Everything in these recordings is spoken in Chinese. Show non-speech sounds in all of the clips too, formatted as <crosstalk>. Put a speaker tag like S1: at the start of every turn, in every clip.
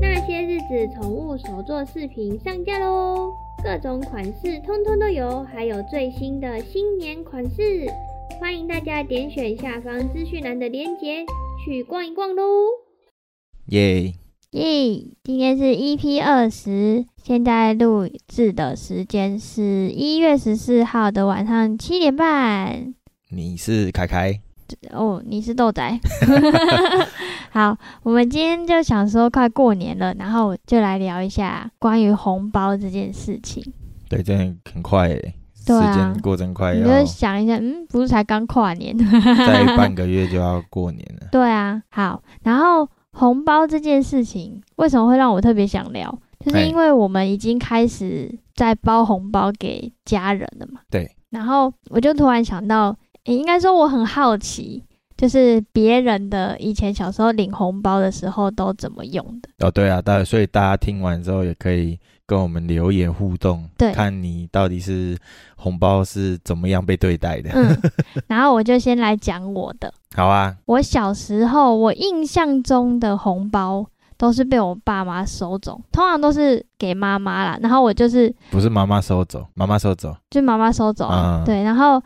S1: 那些日子宠物手作视频上架喽，各种款式通通都有，还有最新的新年款式，欢迎大家点选下方资讯栏的链接去逛一逛喽。
S2: 耶！
S3: 咦，今天是 EP 二十，现在录制的时间是一月十四号的晚上七点半。
S2: 你是凯凯，
S3: 哦，你是豆仔。 <laughs> 好，我们今天就想说快过年了，然后我就来聊一下关于红包这件事情。
S2: 对，真的很快耶，
S3: 对啊
S2: 时间过真快，
S3: 你
S2: 要
S3: 就想一下，嗯，不是才刚跨年？
S2: 再半个月就要过年
S3: <laughs>
S2: 了。
S3: 对啊，好，然后红包这件事情为什么会让我特别想聊？就是
S2: 嘿
S3: 因为我们已经开始在包红包给家人了嘛。
S2: 对。
S3: 然后我就突然想到，诶应该说我很好奇，就是别人的以前小时候领红包的时候都怎么用的？
S2: 哦，对啊，大所以大家听完之后也可以跟我们留言互动，
S3: 对
S2: 看你到底是红包是怎么样被对待的。
S3: 嗯。然后我就先来讲我的。
S2: <laughs> 好啊，
S3: 我小时候，我印象中的红包都是被我爸妈收走，通常都是给妈妈啦。然后我就是
S2: 不是妈妈收走，妈妈收走，
S3: 就妈妈收走啊、
S2: 嗯
S3: 对，然后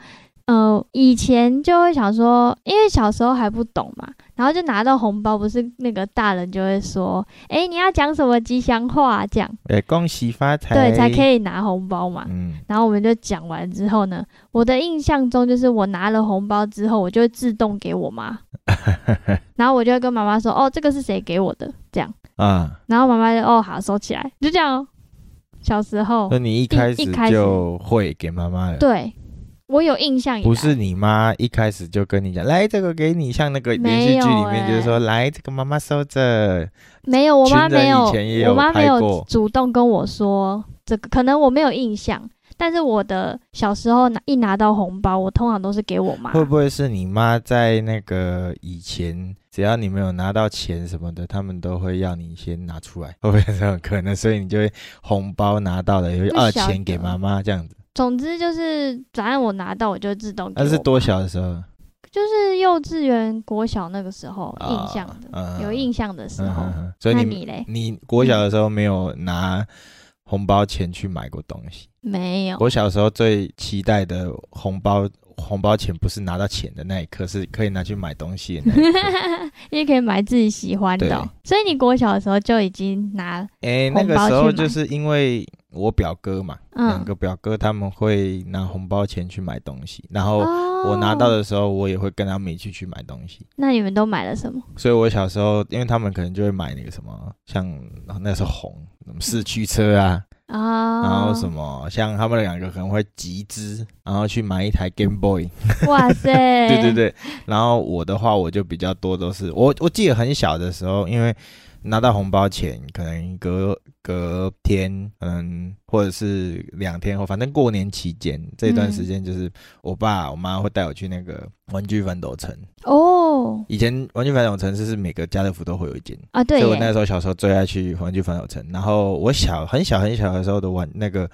S3: 呃，以前就会想说，因为小时候还不懂嘛，然后就拿到红包，不是那个大人就会说，哎、你要讲什么吉祥话这样，
S2: 哎，恭喜发财，
S3: 对，才可
S2: 以。
S3: 以拿红包嘛。
S2: 嗯，
S3: 然后我们就讲完之后呢，我的印象中就是我拿了红包之后，我就会自动给我
S2: <laughs>
S3: 妈，然后我就会跟妈妈说，哦，这个是谁给我的这样，
S2: 啊，
S3: 然后妈妈就哦好收起来，就这样哦。小时候
S2: 那，你一开
S3: 一
S2: 始
S3: 开始
S2: 就会给妈妈了，
S3: 对我有印象以来，
S2: 不是你妈一开始就跟你讲，来这个给你，像那个连续剧里面就是说，来这个妈妈收着，
S3: 没有，我妈
S2: 群人
S3: 没
S2: 以前也
S3: 我
S2: 有
S3: 妈没
S2: 拍过
S3: 有主动跟我说这个，可能我没有印象。但是我的小时候拿一拿到红包，我通常都是给我妈。
S2: 会不会是你妈在那个以前，只要你没有拿到钱什么的，他们都会要你先拿出来， <laughs> 会不会有这种可能？所以你就会红包拿到了，有
S3: 不
S2: 二
S3: 晓
S2: 钱给
S3: 得
S2: 妈妈这样子。
S3: 总之就是，反正我拿到我就自动给
S2: 那
S3: 我妈。
S2: 是多小的时候？
S3: 就是幼稚园、国小那个时候
S2: 啊
S3: 印象的，
S2: 嗯
S3: 有印象的时
S2: 嗯
S3: 候。
S2: 嗯嗯所
S3: 那
S2: 以你
S3: 你嘞？
S2: 你国小的时候没有拿红包钱去买过东西。
S3: 没 <laughs> 有，
S2: 我小时候最期待的红包红包钱，不是拿到钱的那一刻，是可以拿去买东西
S3: <laughs>
S2: 的那一刻。
S3: 你也可以买自己喜欢的哦、所以你国小的时候就已经拿，
S2: 哎、那
S3: 红
S2: 个
S3: 包
S2: 时
S3: 去
S2: 候
S3: 买
S2: 就是因为我表哥嘛，两、
S3: 嗯，
S2: 个表哥他们会拿红包钱去买东西，然后
S3: 哦
S2: 我拿到。的时候，我也会跟他们一起去买东西。
S3: 那你们都买了什么？
S2: 所以我小时候，因为他们可能就会买那个什么，像那时候红什么四驱车啊，
S3: 啊、
S2: 然后什么， <laughs> 像他们两个可能会集资，然后去买一台 Game Boy。！
S3: 哇塞
S2: 对对对，然后我的话，我就比较多都是我我记得很小的时候，因为拿到红包前，可能隔隔天，嗯，或者是两天后，反正过年期间这段时间，就是我爸我妈会带我去那个玩具反斗城。
S3: 哦
S2: 以前玩具反斗城是是每个家乐福都会有一间，
S3: 啊，对
S2: 所以我
S3: 耶，
S2: 那时候小时候最爱去玩具反斗城。然后我小很小很小的时候的玩那个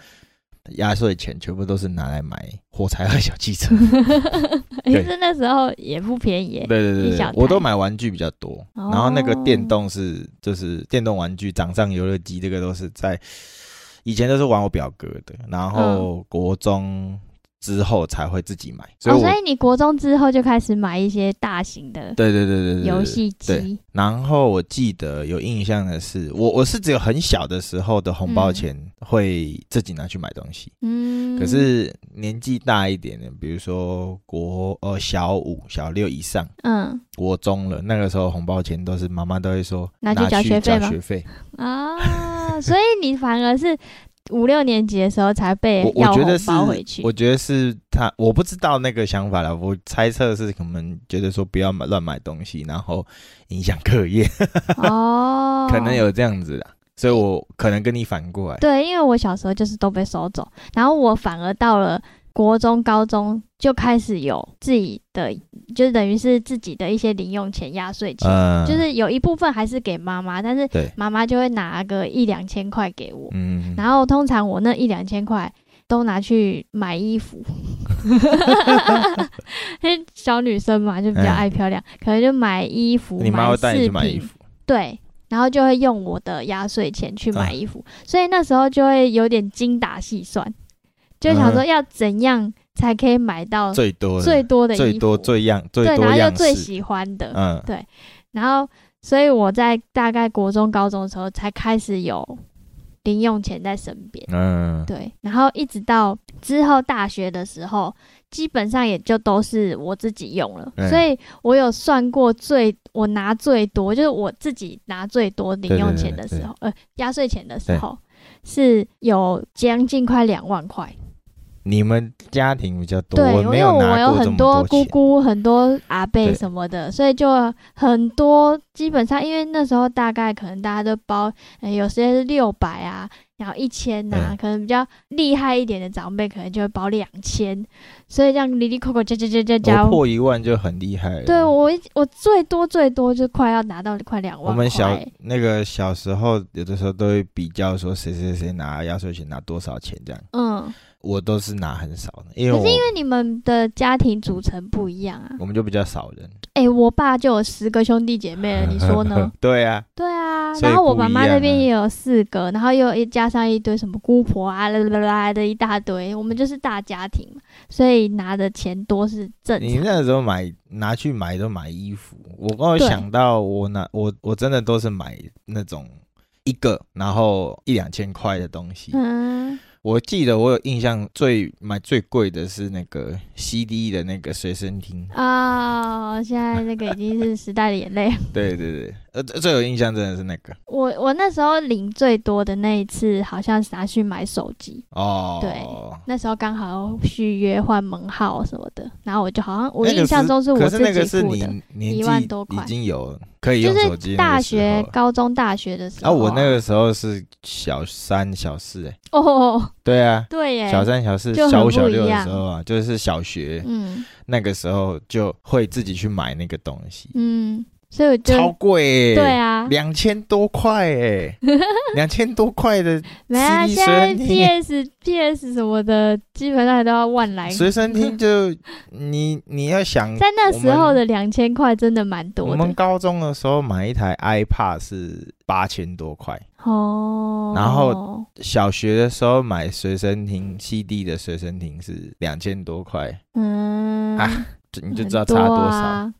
S2: 压岁钱，全部都是拿来买火柴和小汽车。
S3: 可
S2: 对
S3: 是那时候也不便宜耶。
S2: 对对
S3: 一
S2: 对
S3: 小
S2: 对
S3: 台，
S2: 我都买玩具比较多，
S3: 哦
S2: 然后那个电动是就是电动玩具，掌上游乐机这个都是在以前都是玩我表哥的，然后国中之后才会自己买，所以
S3: 嗯哦，
S2: 我、
S3: 所以你国中之后就开始买一些大型的
S2: 对对对对对对
S3: 游。戏
S2: 对
S3: 机，
S2: 然后我记得有印象的是，我我是只有很小的时候的红包钱会自己拿去买东西，
S3: 嗯，
S2: 可是年纪大一点的，比如说国呃小五、小六以上。
S3: 嗯
S2: 国中了，那个时候红包钱都是妈妈都会说
S3: 拿去缴学
S2: 去
S3: 费吗
S2: 学费。 <laughs>
S3: 啊，所以你反而是五六年级的时候才被
S2: 我我
S3: 要
S2: 觉得
S3: 红
S2: 是
S3: 包回去，
S2: 我觉得是他，我不知道那个想法了。我猜测是可能觉得说不要买乱买东西，然后影响课业，
S3: 哦，
S2: <laughs> 可能有这样子的。所以我可能跟你反过来。
S3: 对，因为我小时候就是都被收走，然后我反而到了国中、高中就开始有自己的，就是等于是自己的一些零用钱、压岁钱，
S2: 嗯，
S3: 就是有一部分还是给妈妈，但是
S2: 对
S3: 妈妈就会拿个一两千块给我，
S2: 嗯，
S3: 然后通常我那一两千块都拿去买衣服，
S2: <laughs>
S3: 因为小女生嘛就比较爱漂亮，可能就买衣服、
S2: 哎你妈
S3: 买
S2: 会带你
S3: 饰
S2: 去买衣
S3: 品，
S2: 服，
S3: 对。然后就会用我的压岁钱去
S2: 啊
S3: 买衣服，所以那时候就会有点精打细算，就想说要怎样才可以买到
S2: 嗯最多的
S3: 最多的衣服，
S2: 最多最样最
S3: 对，
S2: 多
S3: 然后又
S2: 样
S3: 最
S2: 式，
S3: 喜欢的，
S2: 嗯，
S3: 然后所以我在大概国中、高中的时候才开始有零用钱在身边。
S2: 嗯，
S3: 对，然后一直到之后大学的时候，基本上也就都是我自己用了，
S2: 嗯
S3: 所以我有算过最我拿最多，就是我自己拿最多零用钱的时候，呃，压岁钱的时候是有将近快两万块。
S2: 你们家庭比较多，
S3: 对，因为
S2: 没
S3: 我
S2: 拿
S3: 有
S2: 过这么
S3: 很多姑
S2: 钱，
S3: 姑、很多阿伯
S2: 对
S3: 什么的，所以就很多基本上，因为那时候大概可能大家都包，呃有些是六百啊，然后一千呐、
S2: 嗯
S3: 可能比较厉害一点的长辈可能就会包两千，所以这样里里扣扣加加加加加
S2: 我，破一万就很厉害了。
S3: 对我一我最多最多就快要拿到快两万
S2: 我
S3: 块。
S2: 们小那个小时候，有的时候都会比较说谁谁谁拿压岁钱拿多少钱这样，
S3: 嗯，
S2: 我都是拿很少的，因为
S3: 可
S2: 我
S3: 是因为你们的家庭组成不一样啊。
S2: 我们就比较少人。
S3: 哎、我爸就有十个兄弟姐妹了，你说呢？
S2: 对啊，
S3: 对啊，
S2: 所以
S3: 然后我
S2: 不
S3: 妈
S2: 一
S3: 妈
S2: 样
S3: 那
S2: 啊
S3: 边也有四个，然后又一加上一堆什么姑婆啊啦啦啦啦的一大堆，我们就是大家庭嘛，所以拿的钱多是正
S2: 你
S3: 常。
S2: 那时候买拿去买都买衣服，我刚刚
S3: 对
S2: 想到我拿我我真的都是买那种一个，然后一两千块的东西。
S3: 嗯，
S2: 我记得我有印象最买最贵的是那个 CD 的那个随身听，
S3: 啊、现在那个已经是时代的眼泪。
S2: 对对对，呃最最有印象真的是那个
S3: 我我那时候领最多的那一次，好像是拿去买手机，
S2: 哦，
S3: 对那时候刚好续约换门号什么的，然后我就好像我
S2: 那个
S3: 印象中是我
S2: 可
S3: 自
S2: 是那个
S3: 己
S2: 是
S3: 付
S2: 你
S3: 的，
S2: 年
S3: 一万
S2: 纪
S3: 多
S2: 已
S3: 块
S2: 经有可以
S3: 就
S2: 用手
S3: 是
S2: 机
S3: 大
S2: 那个时候
S3: 学、
S2: 了
S3: 高中、大学的时候
S2: 啊，我那个时候是小三小四、欸，
S3: 哦，
S2: 对啊，
S3: 对耶，
S2: 小三小四
S3: 就很
S2: 小五小
S3: 不一
S2: 六的
S3: 样
S2: 时候啊，就是小学、
S3: 嗯。
S2: 那个时候就会自己去买那个东西，
S3: 嗯，所以我就
S2: 超贵、欸，
S3: 对啊，
S2: 两千多
S3: <laughs>
S2: 块哎、两千多块的
S3: 没啊，
S2: CD
S3: 现在
S2: 随身
S3: PS PS 什么的，基本上都要万来。
S2: 随身听就你你要想，
S3: 在那时候的两千块真的蛮
S2: 我
S3: 多
S2: 们
S3: 的
S2: 高中的时候买一台 iPad 是八千多块，
S3: 哦。
S2: 然后小学的时候买随身听 CD 的随身听是两千多块，
S3: 嗯，
S2: 啊这你就知道
S3: 很
S2: 差多少。
S3: 啊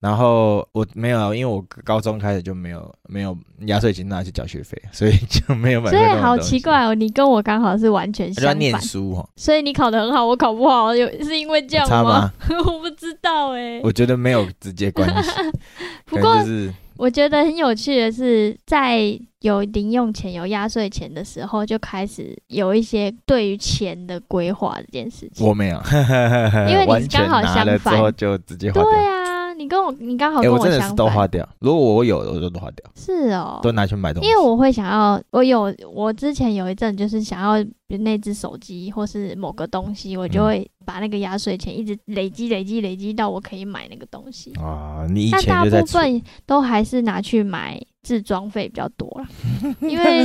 S2: 然后我没有，啊因为我高中开始就没有没有压岁钱拿去缴学费，所以就没有买。
S3: 所以好奇，怪哦，你跟我刚好是完全
S2: 就要
S3: 相
S2: 念
S3: 反。
S2: 书哦，
S3: 所以你考得很好，我考不好，有是因为这
S2: 有
S3: 样
S2: 差
S3: 吗？
S2: 吗？
S3: <laughs>
S2: <laughs>
S3: 我不知道哎、
S2: 我觉得没有直接关系，
S3: <laughs> 不
S2: 可
S3: 过
S2: 能就是
S3: 我觉得很有趣的是，在有零用钱、有压岁钱的时候，就开始有一些对于钱的规划这件事情。
S2: 我没
S3: <laughs>
S2: 有，因
S3: 为你
S2: <laughs> 完全
S3: 刚好
S2: 拿了
S3: 相
S2: 之
S3: 反
S2: 后就直接花掉。
S3: 对啊，你跟我，你刚好
S2: 哎、
S3: 跟
S2: 我真的
S3: 相
S2: 是
S3: 反。
S2: 都花掉。如果我有，我就都花掉，
S3: 是哦，
S2: 都拿去买东西。
S3: 因为我会想要，我有我之前有一阵就是想要那只手机或是某个东西，我就
S2: 嗯
S3: 会把那个压岁钱一直累积、累积、累积到我可以买那个东西。
S2: 啊，你以
S3: 但
S2: 前
S3: 大
S2: 就在
S3: 部
S2: 储
S3: 分都还是拿去买自装费比较多
S2: <laughs>
S3: 啦，因为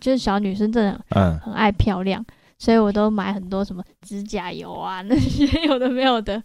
S3: 就是小女生真的
S2: 嗯，
S3: 很爱漂亮，所以我都买很多什么指甲油啊那些 <laughs> 有的没有的。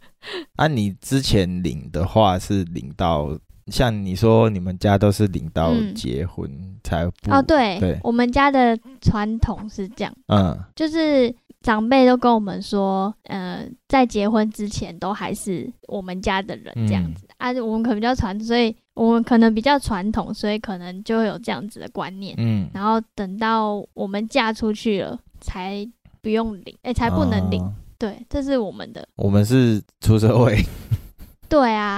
S2: 啊，你之前领的话是领到，像你说你们家都是领到
S3: 嗯
S2: 结婚才不
S3: 哦，对，
S2: 嗯对
S3: 我们家的传统是这样，
S2: 嗯
S3: 就是长辈都跟我们说，呃，在结婚之前都还是我们家的人这样
S2: 嗯
S3: 子、啊，我们可能比较传，所以我们可能比较传统，所以可能就会有这样子的观念。
S2: 嗯，
S3: 然后等到我们嫁出去了，才不用领，哎、才不能领。
S2: 哦
S3: 对，这是我们的
S2: 我们是出社会，
S3: 对
S2: <laughs>
S3: 啊，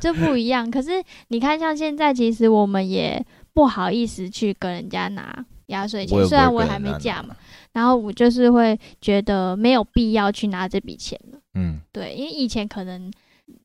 S3: 这不一样。可是你看，像现在，其实我们也不好意思去跟人家拿压岁
S2: 我
S3: 钱，
S2: 也
S3: 虽然
S2: 不
S3: 我
S2: 会
S3: 也
S2: 跟
S3: 还没
S2: 人家
S3: 嫁
S2: 拿
S3: 嘛，然后我就是会觉得没有必要去拿这笔钱了。
S2: 嗯，
S3: 对，因为以前可能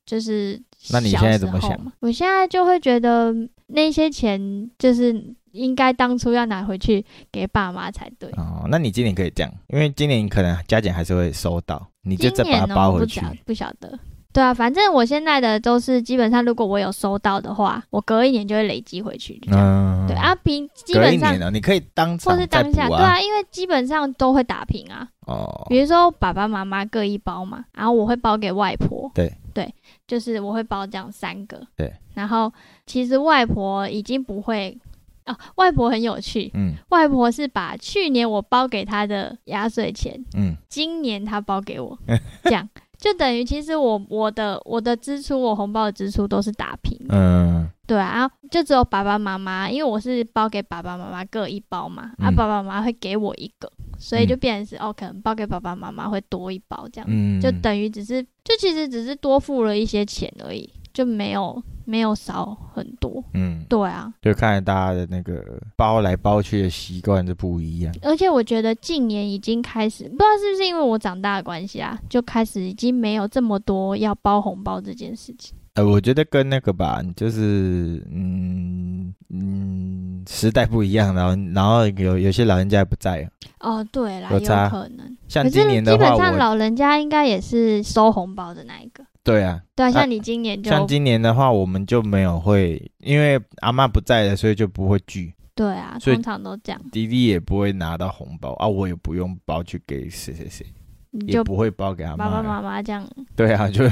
S3: 就是
S2: 那你
S3: 小
S2: 现在
S3: 时
S2: 怎么
S3: 候
S2: 想
S3: 嘛？我现在就会觉得那些钱就是应该当初要拿回去给爸妈才对。
S2: 哦，那你今年可以这样，因为今年可能加减还是会收到，你就
S3: 今
S2: 再把
S3: 年哦
S2: 它包回去
S3: 呢，我不。晓不晓得。对啊，反正我现在的都是基本上，如果我有收到的话，我隔一年就会累积回去，就这样。
S2: 嗯，
S3: 对啊，，平基
S2: 隔一
S3: 本上
S2: 年。了，你可以当
S3: 或
S2: 场
S3: 是
S2: 再
S3: 当下，
S2: 补
S3: 对啊，因为基本上都会打平啊。
S2: 哦，
S3: 比如说爸爸妈妈各一包嘛，然后我会包给外婆。
S2: 对
S3: 对，就是我会包这样三个。
S2: 对，
S3: 然后其实外婆已经不会哦，外婆很有趣，
S2: 嗯
S3: 外婆是把去年我包给她的压岁钱，
S2: 嗯
S3: 今年她包给我， <laughs> 这样就等于其实我我的我的支出，我红包的支出都是打平的，
S2: 嗯
S3: 对啊，就只有爸爸妈妈，因为我是包给爸爸妈妈各一包嘛，啊
S2: 嗯
S3: 爸爸妈妈会给我一个，所以就变成是、哦，可能包给爸爸妈妈会多一包这样，
S2: 嗯，
S3: 就等于只是就其实只是多付了一些钱而已，就没有没有少很多，
S2: 嗯，
S3: 对啊，
S2: 就看来大家的那个包来包去的习惯是不一样。
S3: 而且我觉得近年已经开始，不知道是不是因为我长大的关系啊，就开始已经没有这么多要包红包这件事情。
S2: 呃，我觉得跟那个吧，就是嗯嗯，时代不一样，然后然后有有些老人家也不在了，
S3: 哦，对啦，
S2: 有
S3: 有
S2: 差
S3: 可能。
S2: 像
S3: 可
S2: 今
S3: 是
S2: 年
S3: 基
S2: 的
S3: 本
S2: 话，
S3: 上
S2: 我
S3: 老人家应该也是收红包的那一个。
S2: 对啊，
S3: 对啊，
S2: 啊
S3: 像你今年就、
S2: 像今年的话，我们就没有会，因为阿妈不在了，所以就不会聚，
S3: 对啊，
S2: 所以
S3: 通常都这样，
S2: 弟弟也不会拿到红包啊，我也不用包去给谁谁谁，
S3: 你
S2: 也
S3: 就
S2: 不会包给阿
S3: 爸爸
S2: 妈了。
S3: 妈妈这样。
S2: 对啊，就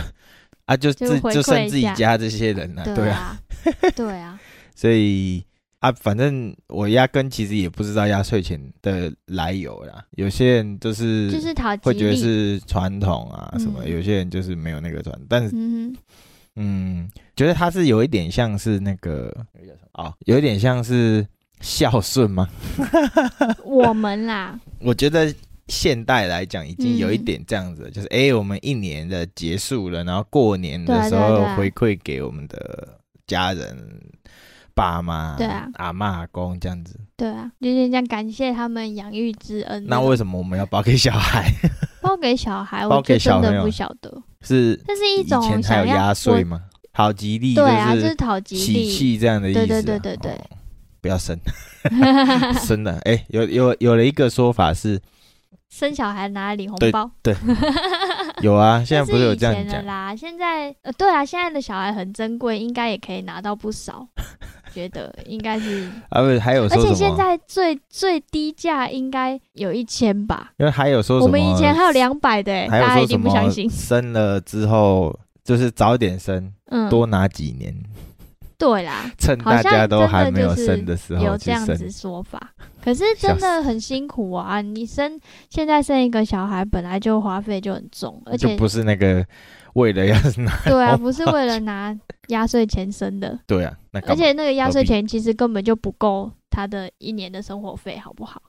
S2: 啊就
S3: 就
S2: 自
S3: 回
S2: 就
S3: 馈
S2: 剩
S3: 一
S2: 自己
S3: 下
S2: 家这些人了、对
S3: 对
S2: 啊，
S3: 啊，对啊，
S2: 所以啊，反正我压根其实也不知道压岁钱的来由啦，有些人 <laughs> 就是
S3: 就是讨吉
S2: 会觉得
S3: 利。
S2: 是传统啊什么的，
S3: 嗯
S2: 有些人就是没有那个传，但是
S3: 嗯哼，
S2: 嗯，觉得他是有一点像是那个哦，有一点像是孝顺吗？
S3: 我们啦，
S2: 我觉得现代来讲已经有一
S3: 嗯
S2: 点这样子了，就是哎、诶我们一年的结束了，然后过年
S3: 对啊
S2: 的时
S3: 对啊
S2: 候
S3: 对啊
S2: 回馈给我们的家人、爸妈、
S3: 对啊
S2: 阿妈、阿公这样子。
S3: 对啊，就是这样感谢他们养育之恩。
S2: 那为什么我们要包给小孩？
S3: 包给小孩，
S2: 包
S3: 我就
S2: 给小
S3: 真
S2: 朋
S3: 的
S2: 友
S3: 不晓得，
S2: <laughs> 是
S3: 这是一
S2: 以
S3: 种
S2: 前还
S3: 想
S2: 有
S3: 要
S2: 压
S3: 我
S2: 岁吗？好吉利就
S3: 对啊，就是
S2: 是
S3: 讨吉
S2: 喜
S3: 利，
S2: 气这样的意思啊、
S3: 对对对对对
S2: 哦不
S3: <laughs>
S2: 要生，生了哎、有有有了一个说法
S3: <laughs>
S2: 是，
S3: 生小孩拿来领红包。
S2: 有啊，现
S3: 这
S2: 在不
S3: 是
S2: 有
S3: 以
S2: 这样
S3: 前的
S2: 讲，
S3: 啦，现在呃，对啊，现在的小孩很珍贵，应该也可以拿到不
S2: <laughs>
S3: 少，觉得应该是，
S2: 啊不是还有
S3: 而
S2: 说
S3: 且
S2: 什
S3: 现
S2: 么？
S3: 在最最低价应该有一千吧，
S2: 因为还有说什
S3: 我
S2: 么？啊
S3: 们以前还有两百的、欸
S2: 还
S3: 大
S2: 有
S3: 家
S2: 说
S3: 一
S2: 什
S3: 定不
S2: 么啊
S3: 相信，
S2: 生了之后就是早点生，
S3: 嗯，
S2: 多拿几年，
S3: 对啦，
S2: 趁大
S3: 好
S2: 家
S3: 像
S2: 都还没有
S3: 真的就是
S2: 生的时
S3: 有这
S2: 候去
S3: 样
S2: 生。
S3: 子说法。可是真的很辛苦啊！你生现在生一个小孩，本来就花费就很重，而
S2: 就
S3: 且
S2: 不是那个为了要拿
S3: <laughs> 对啊，
S2: 红
S3: 不是为了拿压岁钱生的，
S2: 对啊，那 <laughs> 干
S3: 而
S2: 嘛
S3: 且那个压岁钱其实根本就不够他的一年的生活费，好不好？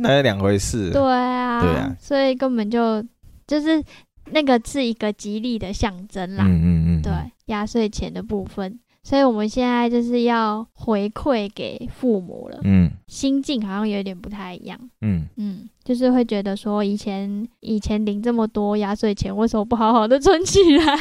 S2: 那是两回事。
S3: 对啊，
S2: 对啊
S3: 所以根本就就是那个是一个吉利的象征啦，
S2: 嗯嗯嗯，
S3: 对压岁钱的部分。所以我们现在就是要回馈给父母了，
S2: 嗯
S3: 心境好像有点不太一样。
S2: 嗯，
S3: 嗯，就是会觉得说，以前以前领这么多压岁钱，为什么不好好的存起来？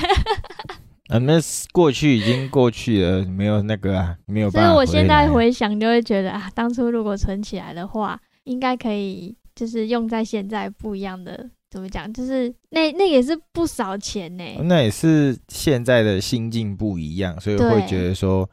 S2: 啊，那过去已经过去了，没有那个啊，没有
S3: 所以
S2: 办法。
S3: 我现在，回想，就会觉得啊，当初如果存起来的话，应该可以就是用在现在不一样的，怎么讲？就是那那也是不少钱呢、
S2: 那也是现在的心境不一样，所以会
S3: 对
S2: 觉得说，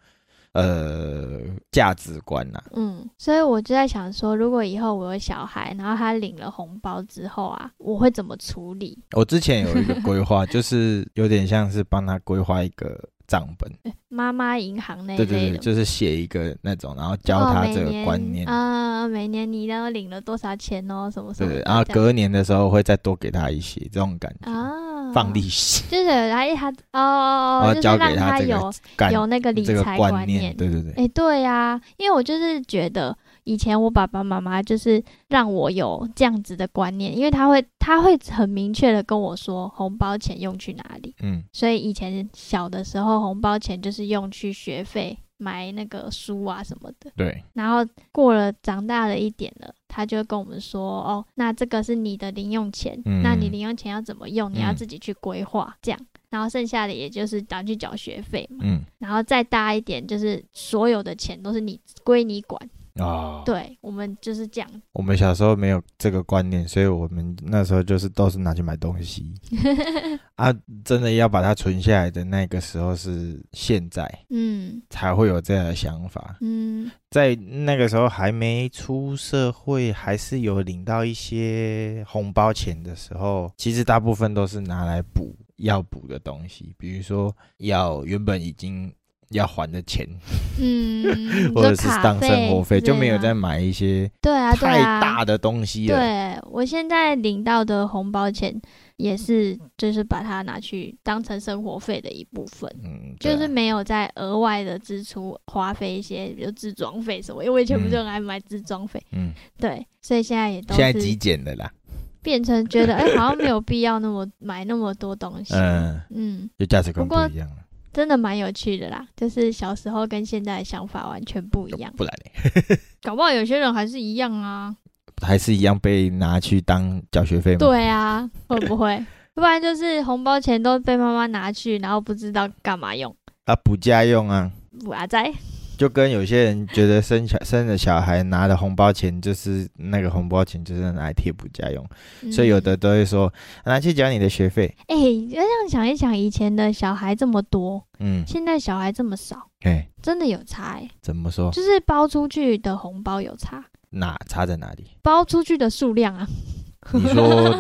S2: 呃，价值观啊呐、
S3: 嗯，所以我就在想说，如果以后我有小孩，然后他领了红包之后啊，我会怎么处理？
S2: 我之前有一个规
S3: <laughs>
S2: 划，就是有点像是帮他规划一个账本，
S3: 妈妈银行那一
S2: 对
S3: 类
S2: 对对，
S3: 的。
S2: 就是写一个那种，然后教
S3: 哦
S2: 他
S3: 每
S2: 这个
S3: 年
S2: 观念，
S3: 啊、每年你都领了多少钱哦，什么什
S2: 对
S3: 么
S2: 对
S3: 的，这
S2: 啊然后
S3: 样，
S2: 隔年的时候会再多给他一些这种感觉，
S3: 啊
S2: <laughs> 放利息，
S3: 就是来他哦，
S2: 然后
S3: 就是
S2: 教
S3: 让
S2: 给他这
S3: 有
S2: 个感
S3: 有那个理
S2: 这个
S3: 财
S2: 观
S3: 念。
S2: 对对对，
S3: 哎、对呀、因为我就是觉得以前我爸爸妈妈就是让我有这样子的观念，因为他会他会很明确的跟我说红包钱用去哪里，
S2: 嗯
S3: 所以以前小的时候红包钱就是用去学费。买那个书啊什么的，
S2: 对，
S3: 然后过了长大了一点了，他就跟我们说，哦，那这个是你的零用钱，
S2: 嗯
S3: 那你零用钱要怎么用，你要
S2: 嗯
S3: 自己去规划，这样，然后剩下的也就是拿去缴学费嘛。
S2: 嗯
S3: 然后再大一点，就是所有的钱都是你归你管。
S2: 啊，
S3: 对我们就是这样， <laughs>
S2: 我们小时候没有这个观念，所以我们那时候就是都是拿去买东西啊，真的要把它存下来的那个时候是现在
S3: 嗯
S2: 才会有这样的想法，
S3: 嗯，
S2: 在那个时候还没出社会，还是有领到一些红包钱的时候，其实大部分都是拿来补要补的东西，比如说要原本已经要还的钱，
S3: 嗯，
S2: <laughs> 或
S3: 就
S2: 者是
S3: 卡
S2: 当生活费，
S3: 费
S2: 就没有
S3: 在
S2: 再买一些
S3: 对啊对
S2: 太
S3: 啊
S2: 大的东西了。
S3: 对我现在领到的红包钱也是，就是把它拿去当成生活费的一部分。
S2: 嗯，对啊
S3: 就是没有再额外的支出花费一些，比如自装费什么，因为我以前不是
S2: 嗯
S3: 很爱买自装费，
S2: 嗯，
S3: 对，所以现在也都
S2: 现在极
S3: 是
S2: 简的啦，
S3: 变成觉得，哎、好像没有必要那么买那么多东西，
S2: 嗯，
S3: 嗯，
S2: 就价值观
S3: 不
S2: 不
S3: 过
S2: 一样了，
S3: 真的蛮有趣的啦，就是小时候跟现在的想法完全不一样， <laughs>
S2: 不然嘞
S3: 搞不好有些人还是一样啊，
S2: 还是一样被拿去当缴学费吗？
S3: 对啊，会不会？不然就是红包钱都被妈妈拿去，然后不知道干嘛用，
S2: 啊，补家用啊，
S3: 不阿仔，
S2: 就跟有些人觉得生小生了小孩拿的红包钱就是那个红包钱就是拿来贴补家用，
S3: 嗯
S2: 所以有的都会说拿去缴你的学费，
S3: 哎，要这样想一想，以前的小孩这么多，
S2: 嗯，
S3: 现在小孩这么少，
S2: 哎，
S3: 真的有差、欸，
S2: 怎么说？
S3: 就是包出去的红包有差，
S2: 哪差在
S3: <laughs>
S2: 哪里？
S3: 包出去的数量啊， <laughs>
S2: 你说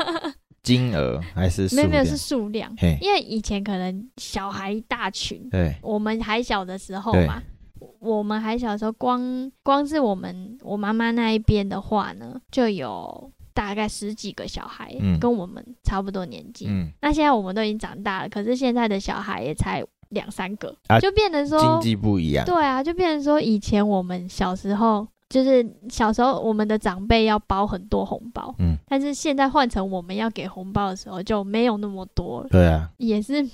S2: 金额还是数
S3: 没有
S2: 量？
S3: 没有是数量，
S2: 嘿，
S3: 因为以前可能小孩一大群，
S2: 对，
S3: 我们还小的时候
S2: 对
S3: 嘛，我们还小的时候光光是我们我妈妈那一边的话呢，就有大概十几个小孩，
S2: 嗯
S3: 跟我们差不多年纪。
S2: 嗯，
S3: 那现在我们都已经长大了，可是现在的小孩也才两三个，
S2: 啊
S3: 就变成
S2: 经
S3: 说，
S2: 济不一样，
S3: 对啊，就变成说以前我们小时候。就是小时候，我们的长辈要包很多红包，
S2: 嗯，
S3: 但是现在换成我们要给红包的时候就没有那么多了，
S2: 对啊，
S3: 也是，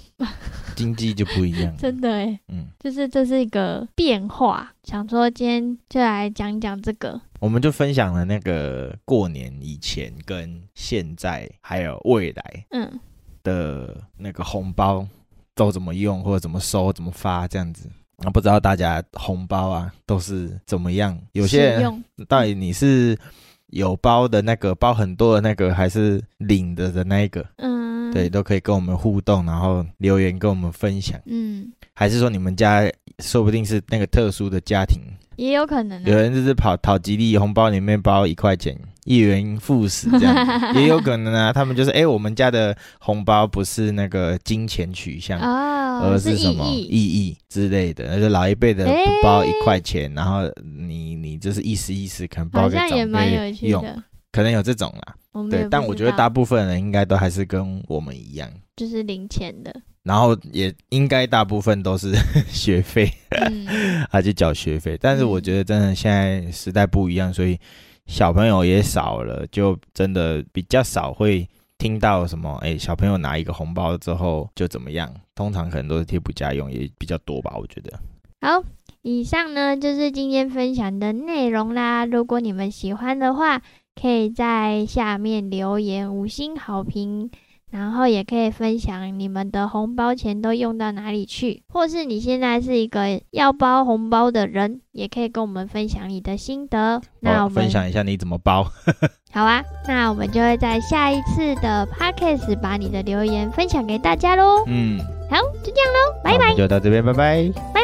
S2: 经济就不一样
S3: <laughs> 真的哎、
S2: 嗯，
S3: 就是这是一个变化，想说今天就来讲讲这个，
S2: 我们就分享了那个过年以前跟现在还有未来
S3: 嗯，
S2: 的那个红包都怎么用，或者怎么收、怎么发这样子。那不知道大家红包啊都是怎么样？有些
S3: 使
S2: 人
S3: 用
S2: 到底你是有包的那个，包很多的那个，还是领的的那一个？
S3: 嗯，
S2: 对，，都可以跟我们互动，然后留言跟我们分享。
S3: 嗯，
S2: 还是说你们家说不定是那个特殊的家庭，
S3: 也有可能、
S2: 有
S3: 啊，
S2: 人就是跑讨吉利，红包里面包一块钱，一元复始这
S3: <laughs>
S2: 样，也有可能啊。他们就是哎、诶我们家的红包不是那个金钱取向，
S3: 哦，
S2: 而
S3: 是
S2: 呃是什
S3: 意
S2: 么
S3: 义，
S2: 意义之类的。就是老一辈的
S3: 诶
S2: 包一块钱，然后你你就是意思意思，可能包
S3: 好
S2: 给
S3: 像也
S2: 长
S3: 蛮有
S2: 辈
S3: 趣
S2: 用，
S3: 的。
S2: 可能有这种啦。
S3: 我们也
S2: 对
S3: 不，
S2: 但
S3: 知
S2: 我觉得
S3: 道
S2: 大部分人应该都还是跟我们一样。
S3: 就是零钱的，
S2: 然后也应该大部分都是 <laughs> 学费，
S3: 嗯，
S2: 还去缴学费。但是我觉得真的现在时代不一样，所以小朋友也少了，就真的比较少会听到什么，哎、小朋友拿一个红包之后就怎么样，通常可能都是贴补家用，也比较多吧，我觉得。
S3: 好。以上呢就是今天分享的内容啦。如果你们喜欢的话，可以在下面留言五星好评，然后也可以分享你们的红包钱都用到哪里去，或是你现在是一个要包红包的人，也可以跟我们分享你的心得。那
S2: 好
S3: 我
S2: 分
S3: 们
S2: 享一下你怎么包，
S3: 好啊，那我们就会在下一次的 podcast 把你的留言分享给大家喽。
S2: 嗯，
S3: 好，就这样喽，拜
S2: 那我
S3: 拜
S2: 们就到这边，拜拜。
S3: 拜。